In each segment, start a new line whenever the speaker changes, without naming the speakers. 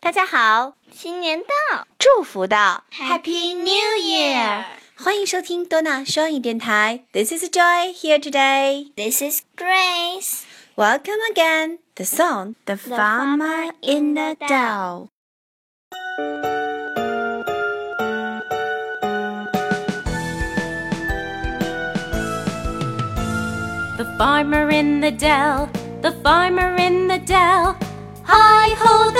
大家好，
新年到
祝福到，
，Happy New Year！
欢迎收听多纳双语电台。This is Joy here today.
This is Grace.
Welcome again. The song The Farmer in the Dell. oh, oh,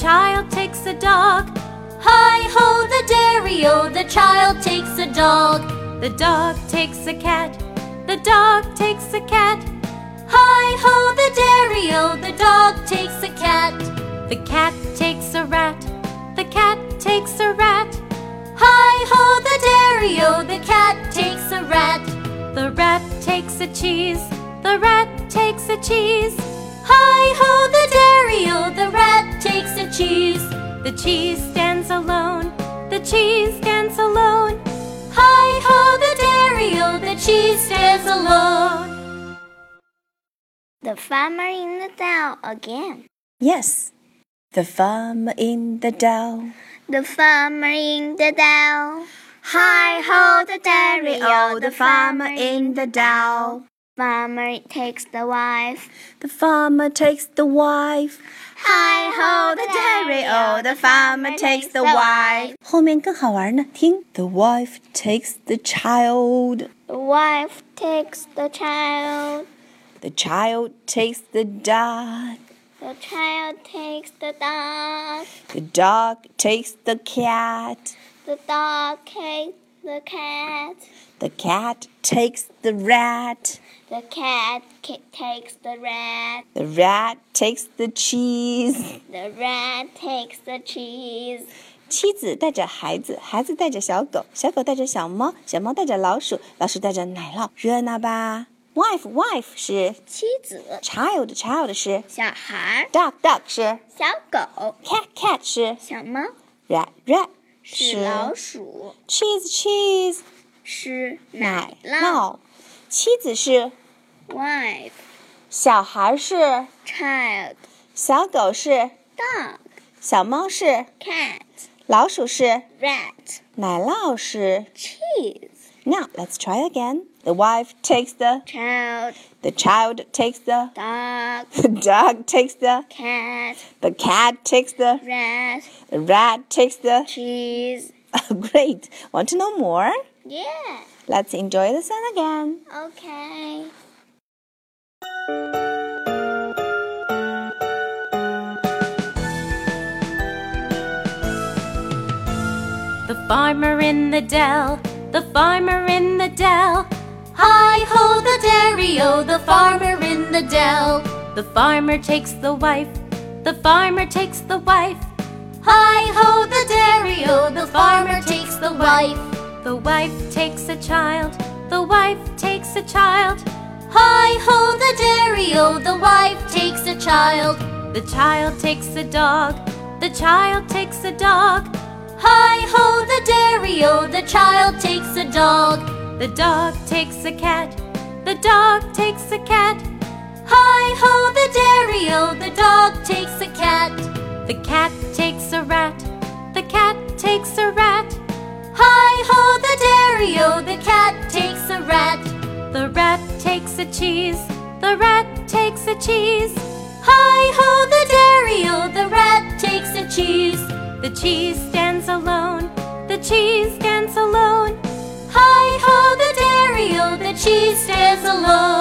oh, oh,
的
The farmer in the dell again.
Yes, The Farmer in the Dell.
The farmer in the dell. Hi ho the dairy
Oh, the farmer in the dell.
Farmer takes the wife.
The farmer takes the wife.
Hi ho the dairy oh, the farmer takes the wife.
后面更好玩呢，听 The wife takes the child.
The wife takes the child.
The child takes the dog.
The child takes the dog.
The dog takes the cat.
The dog takes the cat.
The cat takes the rat.
The cat ki- takes the rat.
The rat takes the cheese.
The rat takes the cheese.
妻子带着孩子，孩子带着小狗，小狗带着小猫，小猫带着老鼠，老鼠带着奶酪，热闹吧？Wife wife 是
妻子、
child child 是
小孩儿、
dog dog 是
小狗、
cat cat 是
小猫
rat rat
是老鼠，
cheese cheese
是
奶
奶酪。
酪，妻子是
Wife,
小孩是
child,
小狗是
dog,
小猫是
cat,
老鼠是
rat,
奶酪是。
cheese.
Now let's try again. The wife takes the,
Child,
the child takes the,
dog,
the dog takes the,
cat,
the cat takes the,
rat,
the rat takes the.
cheese.
Oh, great! Want to know more?
Yeah.
Let's enjoy the song again.
Okay.
cheese stands alone.